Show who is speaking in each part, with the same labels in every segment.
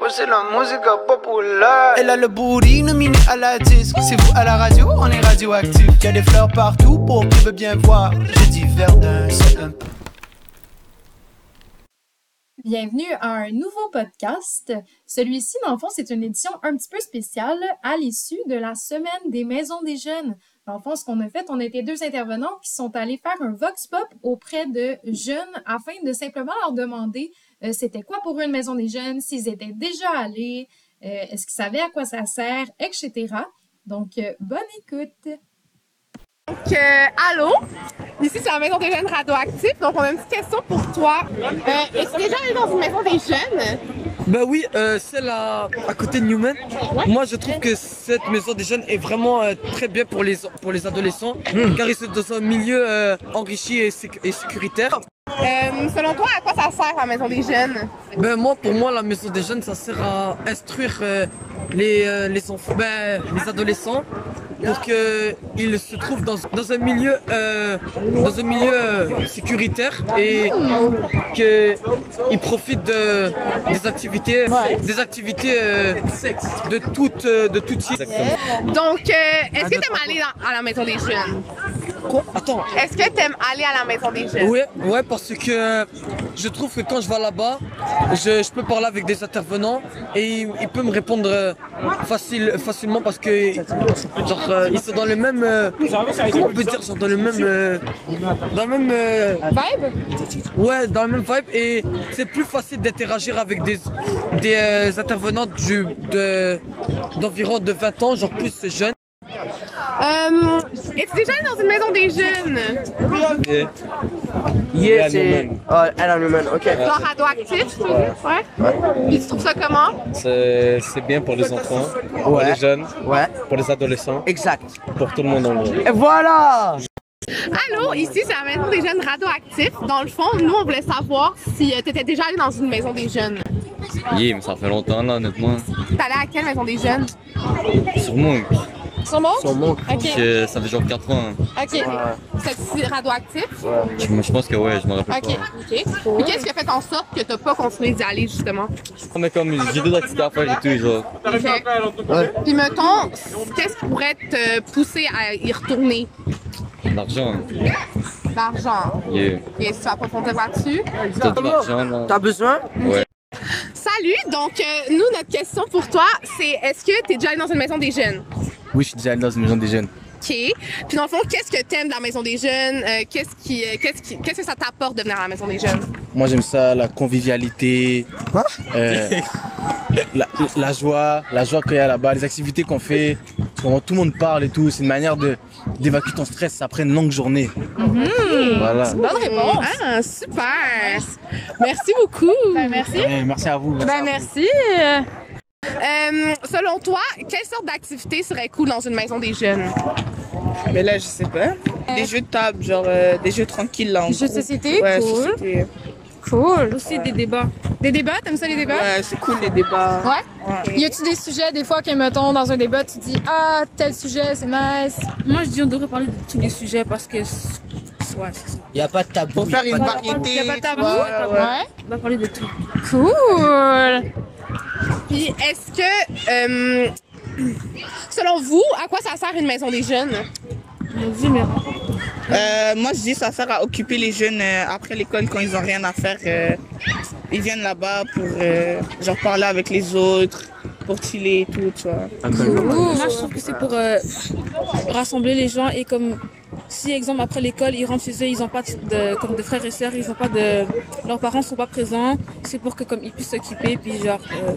Speaker 1: Ouais, c'est la musique populaire.
Speaker 2: Elle a le booty nominé à la disque. C'est vous à la radio, on est radioactif. Y a des fleurs partout pour qui veut bien voir. Je dis Verdun, c'est un peu.
Speaker 3: Bienvenue à un nouveau podcast. Celui-ci, dans le fond, c'est une édition un petit peu spéciale à l'issue de la semaine des maisons des jeunes. Dans le fond, ce qu'on a fait, on était deux intervenants qui sont allés faire un vox pop auprès de jeunes afin de simplement leur demander euh, c'était quoi pour eux une maison des jeunes, s'ils étaient déjà allés, euh, est-ce qu'ils savaient à quoi ça sert, etc. Donc, euh, bonne écoute.
Speaker 4: Donc, euh, allô? Ici, c'est la Maison des Jeunes Radioactifs. Donc, on a une petite question pour toi. Euh, Es-tu déjà allé dans une maison des jeunes?
Speaker 5: Bah oui, euh, celle à, à côté de Newman. Moi, je trouve que cette maison des jeunes est vraiment euh, très bien pour les, pour les adolescents, car ils sont dans un milieu euh, enrichi et, sécu- et sécuritaire.
Speaker 4: Euh, selon toi, à quoi ça sert la Maison des jeunes?
Speaker 5: Ben moi, pour moi, la maison des jeunes, ça sert à instruire euh, les, euh, les enfants, ben, les adolescents, pour qu'ils se trouvent dans, dans un milieu, euh, dans un milieu euh, sécuritaire et qu'ils profitent de, des activités, des activités euh, de toutes, euh, de toutes types.
Speaker 4: Donc, euh, est-ce que t'aimes aller dans- à la Maison des jeunes?
Speaker 5: Quoi Attends.
Speaker 4: Est-ce que t'aimes aller à la Maison des jeunes?
Speaker 5: Ouais, ouais, parce que je trouve que quand je vais là-bas, je, je peux parler avec des intervenants et ils, ils peuvent me répondre euh, facile, facilement parce que genre euh, ils sont dans le même, euh, comment on peut dire, genre dans le même, euh, dans le même, euh,
Speaker 4: Vibe?
Speaker 5: ouais, dans le même vibe et c'est plus facile d'interagir avec des, des euh, intervenants du, de, d'environ de 20 ans, genre plus jeunes.
Speaker 4: Euh, Es-tu déjà allé dans une Maison des jeunes?
Speaker 6: Yeah, c'est. Ah, Alan Newman, ok.
Speaker 4: Genre radioactif? Ouais. Puis tu trouves ça comment?
Speaker 7: C'est c'est bien pour les enfants, pour les jeunes,
Speaker 6: Ouais,
Speaker 7: pour les adolescents,
Speaker 6: exact.
Speaker 7: pour tout le monde en gros.
Speaker 6: Et voilà
Speaker 4: Allô, ici, c'est la Maison des jeunes radioactifs. Dans le fond, nous, on voulait savoir si tu t'étais déjà allé dans une Maison des jeunes.
Speaker 7: Yeah, mais ça fait longtemps là, honnêtement.
Speaker 4: T'allais à quelle Maison des jeunes?
Speaker 7: Sûrement
Speaker 4: Sur mon?
Speaker 6: Ton manque.
Speaker 4: Ok,
Speaker 7: que ça fait genre 4 ans. hein.
Speaker 4: ok. C'est ici radioactif?
Speaker 7: Je, me- je pense que ouais, je me rappelle
Speaker 4: Ok, ok. Puis Qu'est-ce qui a fait en sorte que t'as pas continué d'y aller justement?
Speaker 7: pas. Mais comme j'ai d'autres activités à faire et tout, genre.
Speaker 4: Ok. Puis mettons, qu'est-ce qui pourrait te pousser à y retourner?
Speaker 7: L'argent, hein.
Speaker 4: L'argent.
Speaker 7: yeah.
Speaker 4: Et si tu vas approfondir là-dessus?
Speaker 7: T'as de l'argent là.
Speaker 6: T'as besoin
Speaker 4: Salut! Donc, euh, nous, notre question pour toi, c'est est-ce que t'es déjà allé dans une maison des jeunes?
Speaker 8: Oui, je suis déjà allé dans une maison des jeunes.
Speaker 4: Ok. Puis dans le fond, qu'est-ce que t'aimes dans la maison des jeunes? Euh, qu'est-ce qui, euh, qu'est-ce qui, qu'est-ce que ça t'apporte de venir à la maison des jeunes?
Speaker 8: Moi, j'aime ça, la convivialité, euh, la, la joie, la joie qu'il y a là-bas, les activités qu'on fait, comment tout le monde parle et tout. C'est une manière de d'évacuer ton stress après une longue journée. Voilà.
Speaker 4: Bonne réponse! Ah, super! Merci beaucoup! merci.
Speaker 8: Eh, merci à vous.
Speaker 3: Bah,
Speaker 8: merci à vous.
Speaker 4: merci. Euh, selon toi, quelle sorte d'activité serait cool dans une maison des jeunes?
Speaker 9: Mais là, je sais pas. Des jeux de table, genre euh, des jeux tranquilles là. en
Speaker 10: Jeux de
Speaker 9: groupe.
Speaker 10: société,
Speaker 9: Ouais,
Speaker 10: cool.
Speaker 9: société.
Speaker 10: Cool. Aussi des débats. Des débats, t'aimes ça les débats?
Speaker 9: Ouais, c'est cool les débats.
Speaker 10: Y a-tu des sujets des fois que, mettons, dans un débat, tu dis Ah, tel sujet, c'est nice.
Speaker 11: Moi, je dis on devrait parler de tous les sujets parce que. Ouais, c'est ça.
Speaker 6: Y'a pas de tabou.
Speaker 9: Pour faire une
Speaker 11: Y a
Speaker 9: variété.
Speaker 11: pas de
Speaker 9: tu
Speaker 11: tabou.
Speaker 9: vois, ouais.
Speaker 11: On va parler de tout.
Speaker 10: Cool.
Speaker 4: Puis est-ce que, euh, selon vous, à quoi ça sert une maison des jeunes?
Speaker 11: Mon Dieu, mais.
Speaker 9: Euh, moi, je dis ça sert à occuper les jeunes euh, après l'école quand ils ont rien à faire. euh, ils viennent là-bas pour euh, genre parler avec les autres, pour chiller et tout, tu vois.
Speaker 11: Moi, je trouve que c'est pour euh, rassembler les gens et comme. Si, exemple, après l'école, ils rentrent chez eux, ils n'ont pas de, comme de frères et sœurs, ils ont pas de. Leurs parents sont pas présents. C'est pour que, comme, ils puissent s'occuper, puis genre, euh,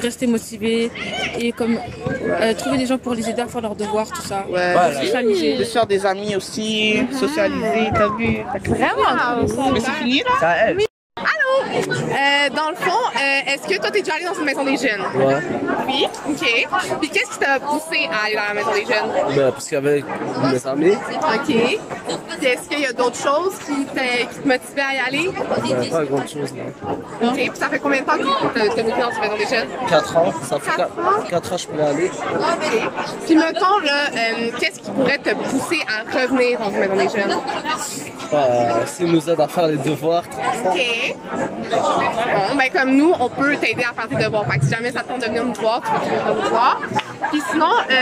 Speaker 11: rester motivés et comme, euh, trouver des gens pour les aider à faire leurs devoirs, tout ça.
Speaker 9: Ouais.
Speaker 11: Socialiser.
Speaker 9: De se faire des amis aussi, socialiser, t'as vu.
Speaker 4: Vraiment?
Speaker 9: Mais c'est fini là
Speaker 6: Ça aide.
Speaker 4: Euh, dans le fond, euh, est-ce que toi, t'es déjà allé dans une maison des jeunes?
Speaker 8: Ouais.
Speaker 4: Oui. OK. Puis qu'est-ce qui t'a poussé à aller dans la maison des jeunes?
Speaker 8: Bah, parce qu'avec mes amis,
Speaker 4: OK. Puis est-ce qu'il y a d'autres choses qui, t'a- qui te motivaient à y aller?
Speaker 8: bah, pas grand chose. non.
Speaker 4: OK. Puis ça fait combien de temps que t'es t'es dans une maison des jeunes?
Speaker 8: 4 ans, ça fait
Speaker 4: Quatre
Speaker 8: 4, ans que je peux aller.
Speaker 4: Ok. Puis mettons là, euh, qu'est-ce qui pourrait te pousser à revenir dans une maison des jeunes?
Speaker 8: Euh, ça nous aide à faire les devoirs.
Speaker 4: Ok. Bon, ben comme nous, on peut t'aider à faire tes devoirs. Fait que si jamais ça te tente de venir nous voir, tu peux venir nous voir. Puis sinon, euh,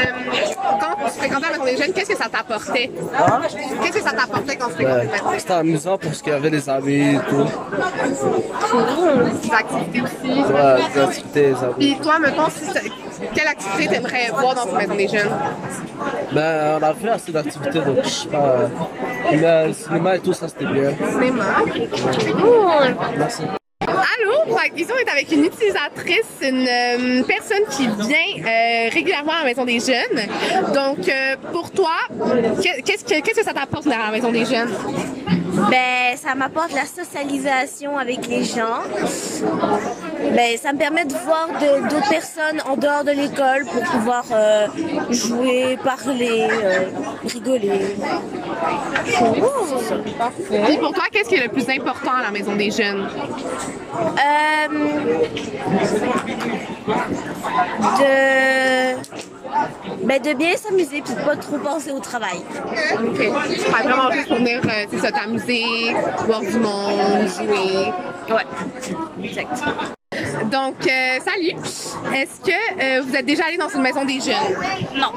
Speaker 4: quand tu fréquentais la maison des jeunes, qu'est-ce que ça t'apportait? Qu'est-ce que ça t'apportait quand tu fréquentais la maison?
Speaker 8: C'était amusant parce qu'il y avait des amis et tout.
Speaker 4: Des activités aussi.
Speaker 8: Ouais, des activités, des amis.
Speaker 4: Puis toi, mettons, si ça- quelle activité t'aimerais voir dans cette maison des jeunes?
Speaker 8: Ben, on a fait assez d'activités, donc je sais pas. euh, Mais le cinéma et tout, ça c'était bien.
Speaker 4: Cinéma. Cool!
Speaker 8: Merci.
Speaker 4: Allô, fait que Bison est avec une utilisatrice, une euh, personne qui vient euh, régulièrement à la Maison des Jeunes. Donc, euh, pour toi, que- qu'est-ce que, qu'est-ce que ça t'apporte dans la Maison des Jeunes?
Speaker 12: Ben, ça m'apporte la socialisation avec les gens. Ben, ça me permet de voir de- d'autres personnes en dehors de l'école pour pouvoir euh, jouer, parler, euh, rigoler.
Speaker 4: Puis pour toi, qu'est-ce qui est le plus important à la Maison des Jeunes?
Speaker 12: Euh, de... Ben, de bien s'amuser puis de pas trop penser au travail.
Speaker 4: Ok. Fait vraiment juste pour venir, euh, c'est ça, t'amuser, voir du monde, jouer. Ouais. Exact. Donc, euh, salut. Est-ce que euh, vous êtes déjà allé dans une maison des jeunes? Non.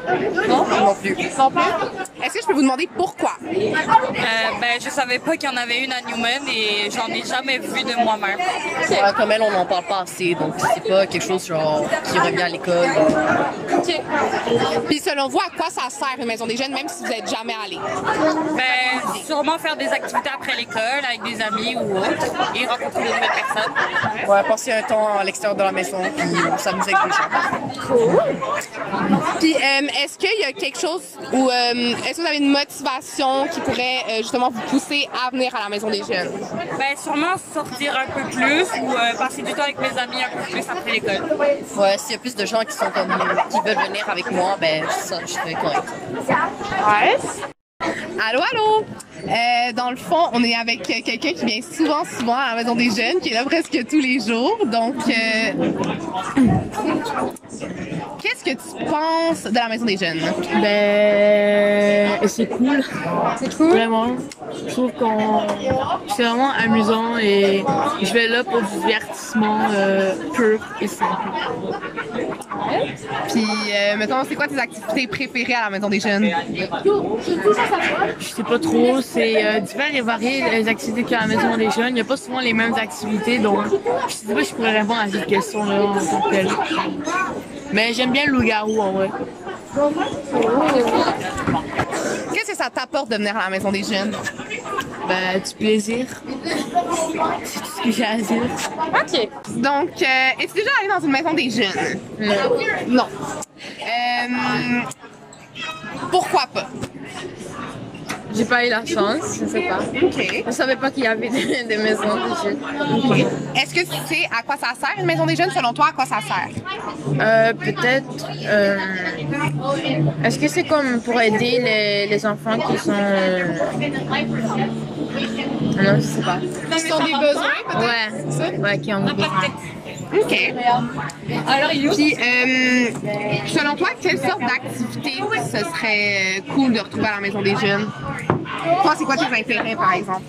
Speaker 4: Non? Non plus. Non plus? Est-ce que je peux vous demander pourquoi?
Speaker 5: ben, je savais pas qu'il y en avait une à Newman et j'en ai jamais vu de moi-même.
Speaker 13: Ouais, comme elle, on n'en parle pas assez, donc c'est pas quelque chose genre qui revient à l'école.
Speaker 4: OK. Puis selon vous, à quoi ça sert une maison des jeunes, même si vous n'êtes jamais allé?
Speaker 5: Ben, sûrement faire des activités après l'école avec des amis ou autres et rencontrer de nouvelles personnes.
Speaker 13: Ouais, passer un temps à l'extérieur de la maison, puis on s'amusait avec les gens.
Speaker 4: Puis euh, est-ce qu'il y a quelque chose ou euh, est-ce que vous avez une motivation qui pourrait euh, justement vous pousser à venir à la maison des jeunes?
Speaker 5: Ben, sûrement sortir un peu plus ou euh, passer du temps avec mes amis un peu plus après l'école.
Speaker 13: Ouais, s'il y a plus de gens qui sont comme qui veulent venir avec moi, ben ça, je serais correct.
Speaker 4: Ouais. Allô, allô! Euh, dans le fond, on est avec euh, quelqu'un qui vient souvent, souvent à la Maison des Jeunes, qui est là presque tous les jours. Donc, euh, qu'est-ce que tu penses de la Maison des Jeunes?
Speaker 14: Ben, c'est cool.
Speaker 4: C'est cool?
Speaker 14: Vraiment. Je trouve qu'on. C'est vraiment amusant et je vais là pour du divertissement euh, pur et simple.
Speaker 4: Puis, euh, mettons, c'est quoi tes activités préférées à la Maison des Jeunes?
Speaker 14: Je sais pas trop, c'est euh, divers et varié les activités qu'il y a à la maison des jeunes. Il n'y a pas souvent les mêmes activités, donc je sais pas si je pourrais répondre à cette question-là en tant que telle. Mais j'aime bien le loup-garou en vrai.
Speaker 4: Qu'est-ce que ça t'apporte de venir à la Maison des Jeunes?
Speaker 14: Ben, du plaisir. C'est tout ce que j'ai à dire.
Speaker 4: OK. Donc, euh, es-tu déjà allé dans une maison des jeunes?
Speaker 14: Non.
Speaker 4: Non. Euh, pourquoi pas?
Speaker 14: J'ai pas eu la chance, je sais pas. Je savais pas qu'il y avait des, des maisons des jeunes.
Speaker 4: Ok. Est-ce que tu sais à quoi ça sert une maison des jeunes? Selon toi, à quoi ça sert?
Speaker 14: Euh, peut-être. euh, Est-ce que c'est comme pour aider les, les enfants qui sont. euh, Non, je sais pas.
Speaker 4: Qui ont des besoins, peut-être?
Speaker 14: Ouais. Ouais, qui ont des besoins.
Speaker 4: OK. Alors, Puis, euh, selon toi, quelle sorte d'activité ce serait euh, cool de retrouver à la maison des jeunes? Toi, c'est quoi tes intérêts, par exemple?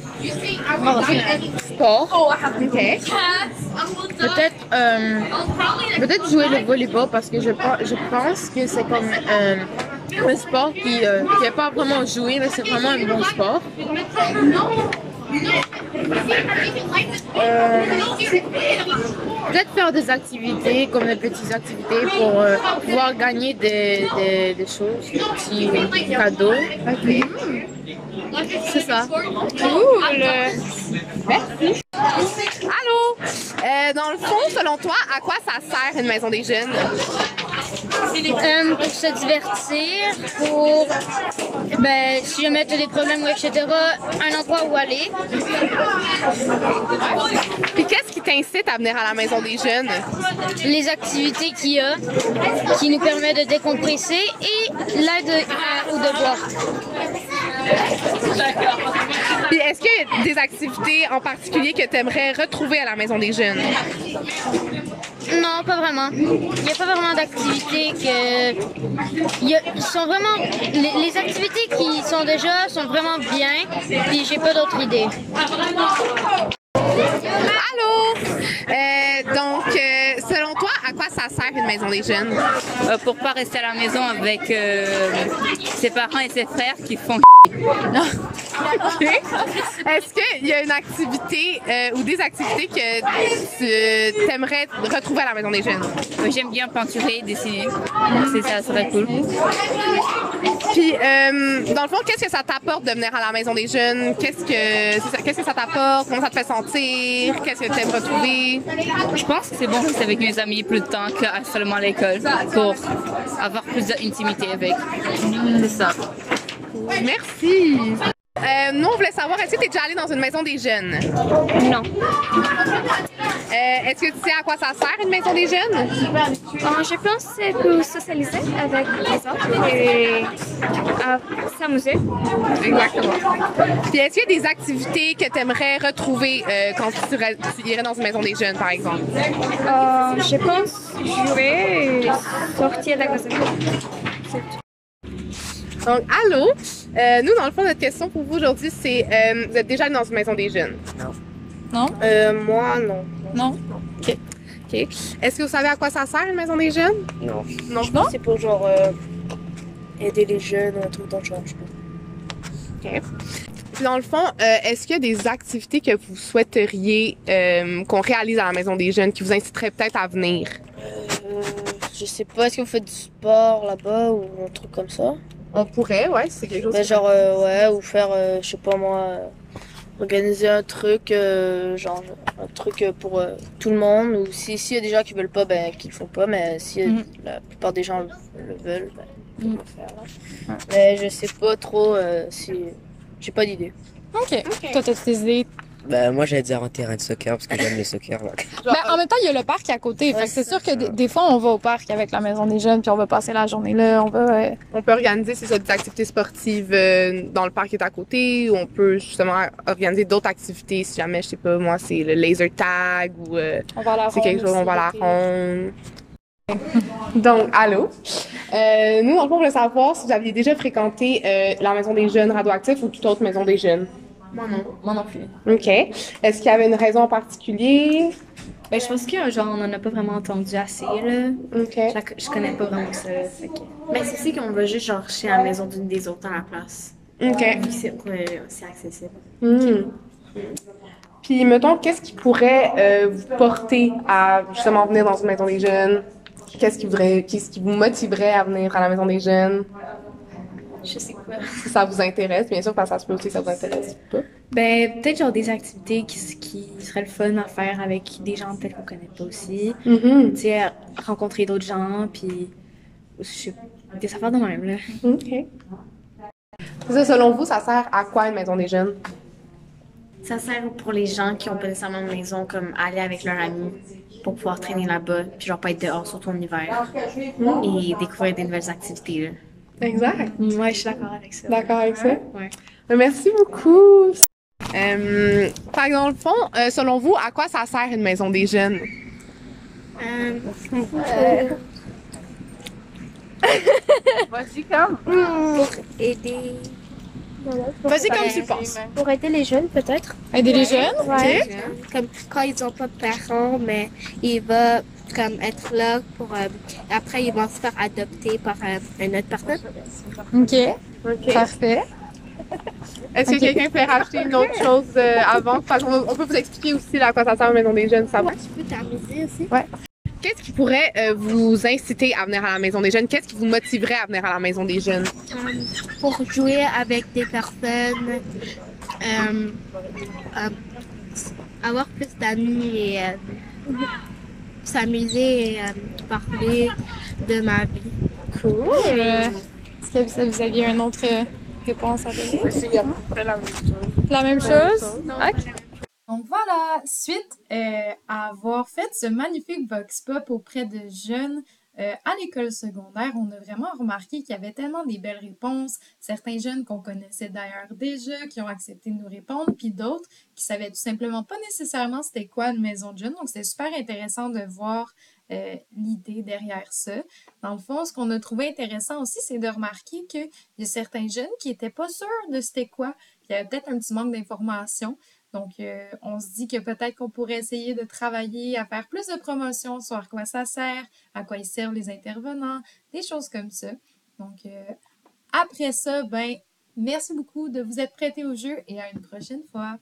Speaker 14: Sport.
Speaker 4: OK.
Speaker 14: Peut-être euh, peut-être jouer le volleyball parce que je, pen- je pense que c'est comme euh, un sport qui euh, qui est pas vraiment joué, mais c'est vraiment un bon sport. Euh, peut-être faire des activités comme des petites activités pour euh, pouvoir gagner des, des- des choses, des petits cadeaux. C'est ça.
Speaker 4: Cool! Merci! Allô! Euh, dans le fond, selon toi, à quoi ça sert une maison des jeunes?
Speaker 15: Euh, pour se divertir, pour ben, si jamais tu as des problèmes ou etc., un endroit où aller.
Speaker 4: Puis qu'est-ce qui t'incite à venir à la maison des jeunes?
Speaker 15: Les activités qu'il y a qui nous permettent de décompresser et l'aide à- au devoir.
Speaker 4: Puis est-ce qu'il y a des activités en particulier que tu aimerais retrouver à la maison des jeunes?
Speaker 15: Non, pas vraiment. Il n'y a pas vraiment d'activités que. il y a- sont vraiment. Les, les activités qui sont déjà sont vraiment bien, puis j'ai pas d'autres idées.
Speaker 4: Allô? Euh, donc, euh, selon toi, à quoi ça sert une maison des jeunes?
Speaker 16: Euh, pour pas rester à la maison avec euh, ses parents et ses frères qui font
Speaker 4: Ok. Est-ce qu'il y a une activité euh, ou des activités que tu aimerais retrouver à la maison des jeunes?
Speaker 16: J'aime bien peinturer et dessiner. C'est ça, ça serait cool.
Speaker 4: Puis, euh, dans le fond, qu'est-ce que ça t'apporte de venir à la maison des jeunes? Qu'est-ce que c'est ça- qu'est-ce que ça t'apporte? Comment ça te fait sentir? Qu'est-ce que tu aimes retrouver?
Speaker 16: Je pense que c'est bon rester avec mes amis plus de temps qu'à seulement l'école pour avoir plus d'intimité avec. C'est ça.
Speaker 4: Merci! Euh, nous, on voulait savoir, est-ce que tu es déjà allé dans une maison des jeunes?
Speaker 17: Non.
Speaker 4: Euh, est-ce que tu sais à quoi ça sert une maison des jeunes?
Speaker 17: Euh, je pense que c'est pour socialiser avec les autres et
Speaker 15: ah,
Speaker 17: euh, s'amuser.
Speaker 4: Exactement. Puis est-ce qu'il y a des activités que tu aimerais retrouver euh, quand tu, serais- tu irais dans une maison des jeunes, par exemple?
Speaker 17: Euh, je pense jouer et sortir de la maison.
Speaker 4: Donc, allô? Euh, nous, dans le fond, notre question pour vous aujourd'hui, c'est euh, vous êtes déjà allé dans une maison des jeunes? Non.
Speaker 11: Non?
Speaker 4: moi, non.
Speaker 11: Non?
Speaker 4: OK. OK. Est-ce que vous savez à quoi ça sert, une maison des jeunes?
Speaker 6: Non.
Speaker 4: Non, je pense
Speaker 15: C'est pour genre euh, aider les jeunes, un truc dans le genre, je pense.
Speaker 4: OK. Puis Dans le fond, euh, est-ce qu'il y a des activités que vous souhaiteriez euh, qu'on réalise à la maison des jeunes qui vous inciteraient peut-être à venir?
Speaker 15: Euh, je sais pas, est-ce que vous faites du sport là-bas ou un truc comme ça?
Speaker 4: On pourrait, ouais, c'est quelque chose.
Speaker 15: Ben, genre, euh, ouais, ou faire, euh, je sais pas moi, euh, organiser un truc, euh, genre un truc euh, pour euh, tout le monde. Ou si- s'il y a des gens qui veulent pas, ben qu'ils le font pas, mais si euh,
Speaker 18: Mm.
Speaker 11: Mhm.
Speaker 15: la plupart des gens le, le veulent, ben ils peuvent le faire. là. Mais je sais pas trop euh, si. J'ai pas d'idée.
Speaker 10: OK. Toi, t'as tes idées.
Speaker 19: Bah, moi, j'allais dire un terrain de soccer parce que j'aime le soccer. là.
Speaker 4: Bah,
Speaker 10: Ben, en même temps, il y a le parc à côté. Fait que c'est sûr que des, des fois, on va au parc avec la maison des jeunes, puis on va passer la journée là. On va. euh,
Speaker 4: On peut organiser, c'est ça, des activités sportives euh, dans le parc qui est à côté, ou on peut justement organiser d'autres activités, si jamais, je sais pas, moi, c'est le laser tag, ou euh,
Speaker 10: On va à la
Speaker 4: c'est quelque
Speaker 10: ronde
Speaker 4: chose, on va à
Speaker 10: aussi,
Speaker 4: la ronde. Donc, allô? Euh, nous, on voulait savoir si vous aviez déjà fréquenté euh, la maison des jeunes radioactifs ou toute autre maison des jeunes.
Speaker 18: Moi non, moi non plus.
Speaker 4: OK. Est-ce qu'il y avait une raison en particulier?
Speaker 18: Ben, je pense que, genre, on en a pas vraiment entendu assez, là. Je, la- je connais pas vraiment ça, là, fait que... Ben, c'est aussi qu'on va juste, genre, chez la maison d'une des autres à la place.
Speaker 4: Ok.
Speaker 18: Puis c'est ouais, c'est accessible.
Speaker 4: Hmm. Puis, mettons, qu'est-ce qui pourrait euh, vous porter à justement venir dans une maison des jeunes? Qu'est-ce qui, voudrait- qu'est-ce qui vous motiverait à venir à la maison des jeunes?
Speaker 18: Je sais pas.
Speaker 4: Si ça vous intéresse, bien sûr, parce que ça se peut aussi que ça vous intéresse pas.
Speaker 18: Ben, peut-être, genre, des activités qui, s- qui seraient le fun à faire avec des gens, peut-être qu'on connaît pas aussi.
Speaker 4: Mhm.
Speaker 18: Tu sais, rencontrer d'autres gens, puis... Je sais pas, des affaires de même, là.
Speaker 4: OK. Ça, selon vous, ça sert à quoi une maison des jeunes?
Speaker 18: Ça sert pour les gens qui ont pas nécessairement de maison, comme aller avec leurs amis pour pouvoir traîner là-bas, puis genre pas être dehors, surtout en hiver, et découvrir des nouvelles activités.
Speaker 4: Exact.
Speaker 15: Hmm.
Speaker 18: Moi, je suis d'accord avec ça.
Speaker 4: D'accord avec ça?
Speaker 18: Ouais.
Speaker 4: Ben, Merci beaucoup. Euh, fait que dans le fond, euh, selon vous, à quoi ça sert une maison des jeunes?
Speaker 18: Euh,
Speaker 15: Vas-y comme. Pour aider.
Speaker 10: Vas-y
Speaker 18: Ben,
Speaker 10: comme tu penses.
Speaker 15: Pour aider les jeunes peut-être.
Speaker 10: Aider les jeunes?
Speaker 15: Ouais.
Speaker 10: Ok.
Speaker 15: Comme quand ils n'ont pas de parents, mais il va comme être là pour. euh, après, ils vont se faire adopter par euh, un autre partenaire.
Speaker 10: OK. Parfait.
Speaker 4: Est-ce que
Speaker 10: Ok.
Speaker 4: quelqu'un peut rajouter une autre chose euh, avant? Parce qu'on- on, peut vous expliquer aussi là, à quoi ça sert la maison des jeunes, ça va?
Speaker 15: Tu peux t'amuser aussi.
Speaker 4: Ouais. Qu'est-ce qui pourrait euh, vous inciter à venir à la maison des jeunes? Qu'est-ce qui vous motiverait à venir à la maison des jeunes?
Speaker 15: Euh, pour jouer avec des personnes, euh, euh, avoir plus d'amis et euh, s'amuser et euh, parler de ma vie.
Speaker 10: Cool. Euh, Est-ce que vous- vous aviez une autre euh, réponse à donner? La même chose? OK.
Speaker 3: Donc voilà, suite euh, à avoir fait ce magnifique vox pop auprès de jeunes euh, à l'école secondaire, on a vraiment remarqué qu'il y avait tellement des belles réponses. Certains jeunes qu'on connaissait d'ailleurs déjà, qui ont accepté de nous répondre, puis d'autres qui savaient tout simplement pas nécessairement c'était quoi une maison de jeunes. Donc c'était super intéressant de voir euh, l'idée derrière ça. Dans le fond, ce qu'on a trouvé intéressant aussi, c'est de remarquer qu'il y a certains jeunes qui n'étaient pas sûrs de c'était quoi. Il y avait peut-être un petit manque d'informations. Donc, euh, on se dit que peut-être qu'on pourrait essayer de travailler à faire plus de promotions sur à quoi ça sert, à quoi ils servent les intervenants, des choses comme ça. Donc, euh, après ça, ben, merci beaucoup de vous être prêté au jeu et à une prochaine fois.